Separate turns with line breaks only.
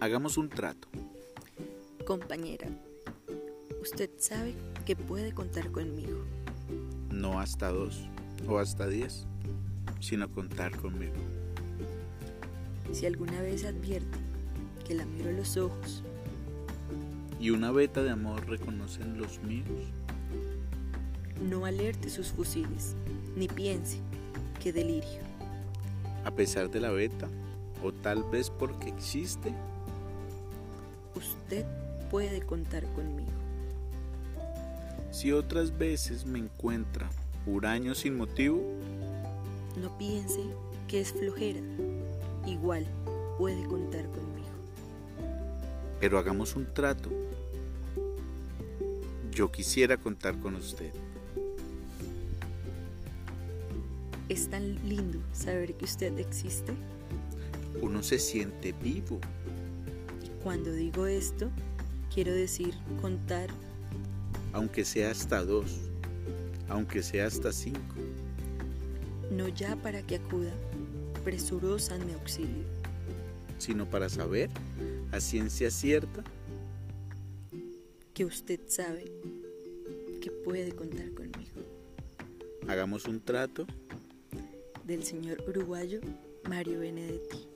Hagamos un trato.
Compañera, usted sabe que puede contar conmigo.
No hasta dos o hasta diez, sino contar conmigo.
Si alguna vez advierte que la miro a los ojos,
Y una veta de amor reconocen los míos.
no alerte sus fusiles, ni piense que delirio.
a pesar de la beta, o tal vez porque existe,
Usted puede contar conmigo.
si otras veces me encuentra huraño sin motivo,
No piense que es flojera. Igual puede contar conmigo.
pero hagamos un trato. Yo quisiera contar con usted.
Es tan lindo saber que usted existe.
Uno se siente vivo.
Y cuando digo esto, quiero decir contar
aunque sea hasta dos, aunque sea hasta cinco,
no ya para que acuda, presurosa en mi auxilio.
sino para saber a ciencia cierta
que usted sabe que puede contar conmigo.
hagamos un trato
Del señor uruguayo Mario Benedetti.